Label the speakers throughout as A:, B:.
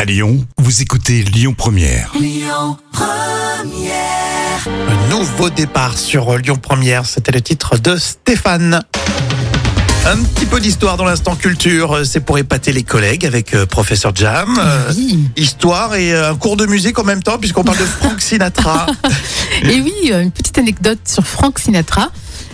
A: À Lyon, vous écoutez Lyon Première.
B: Un nouveau départ sur Lyon Première, c'était le titre de Stéphane. Un petit peu d'histoire dans l'instant culture, c'est pour épater les collègues avec euh, professeur Jam. Euh,
C: Oui.
B: histoire et euh, un cours de musique en même temps puisqu'on parle de Frank Sinatra.
C: Et oui, euh, une petite anecdote sur Frank Sinatra.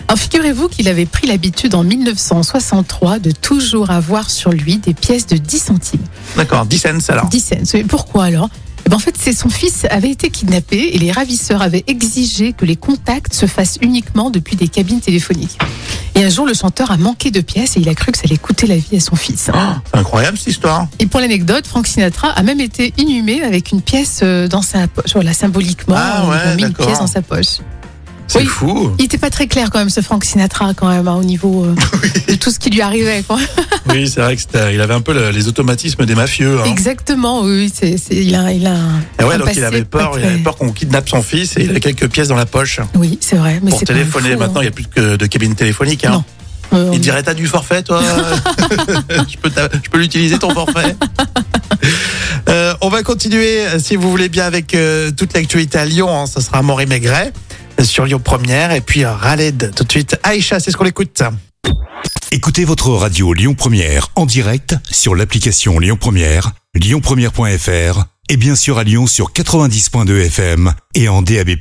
C: Alors figurez-vous qu'il avait pris l'habitude en 1963 de toujours avoir sur lui des pièces de 10 centimes.
B: D'accord, 10 cents alors.
C: 10 cents. Mais pourquoi alors Eh ben, En fait, c'est son fils avait été kidnappé et les ravisseurs avaient exigé que les contacts se fassent uniquement depuis des cabines téléphoniques. Et un jour, le chanteur a manqué de pièces et il a cru que ça allait coûter la vie à son fils.
B: C'est incroyable cette histoire.
C: Et pour l'anecdote, Frank Sinatra a même été inhumé avec une pièce euh, dans sa poche. Voilà, symboliquement,
B: Ah
C: euh, il a
B: ouais,
C: mis une
B: d'accord.
C: pièce dans sa poche.
B: C'est
C: Oui.
B: fou.
C: Il était pas très clair quand même ce Frank Sinatra quand même hein, au niveau euh, de tout ce qui lui arrivait. Quoi.
B: Oui, c'est vrai qu'il avait un peu les automatismes des mafieux. hein.
C: Exactement, oui, c'est, c'est- il a, il a un-
B: Et ouais,
C: un
B: donc
C: passé
B: il avait
C: pas
B: peur, il
C: très-
B: avait peur qu'on kidnappe son fils et il a quelques pièces dans la poche
C: Oui, c'est vrai, mais
B: pour
C: c'est quand même
B: téléphoner.
C: fou, hein.
B: Maintenant, il n'y a plus que de cabine téléphonique. hein.
C: Non. Euh,
B: Il dirait t'as du forfait toi je, peux t'a- je peux l'utiliser ton forfait Euh, On va continuer si vous voulez bien avec euh, toute l'actualité à Lyon. hein. Ça sera Maurice Maigret euh, sur Lyon Première et puis euh, Raled tout de suite. Aïcha, c'est ce qu'on écoute.
A: Écoutez votre radio Lyon Première en direct sur l'application Lyon Première, lyonpremière.fr et bien sûr à Lyon sur 90.2 FM et en DAB+.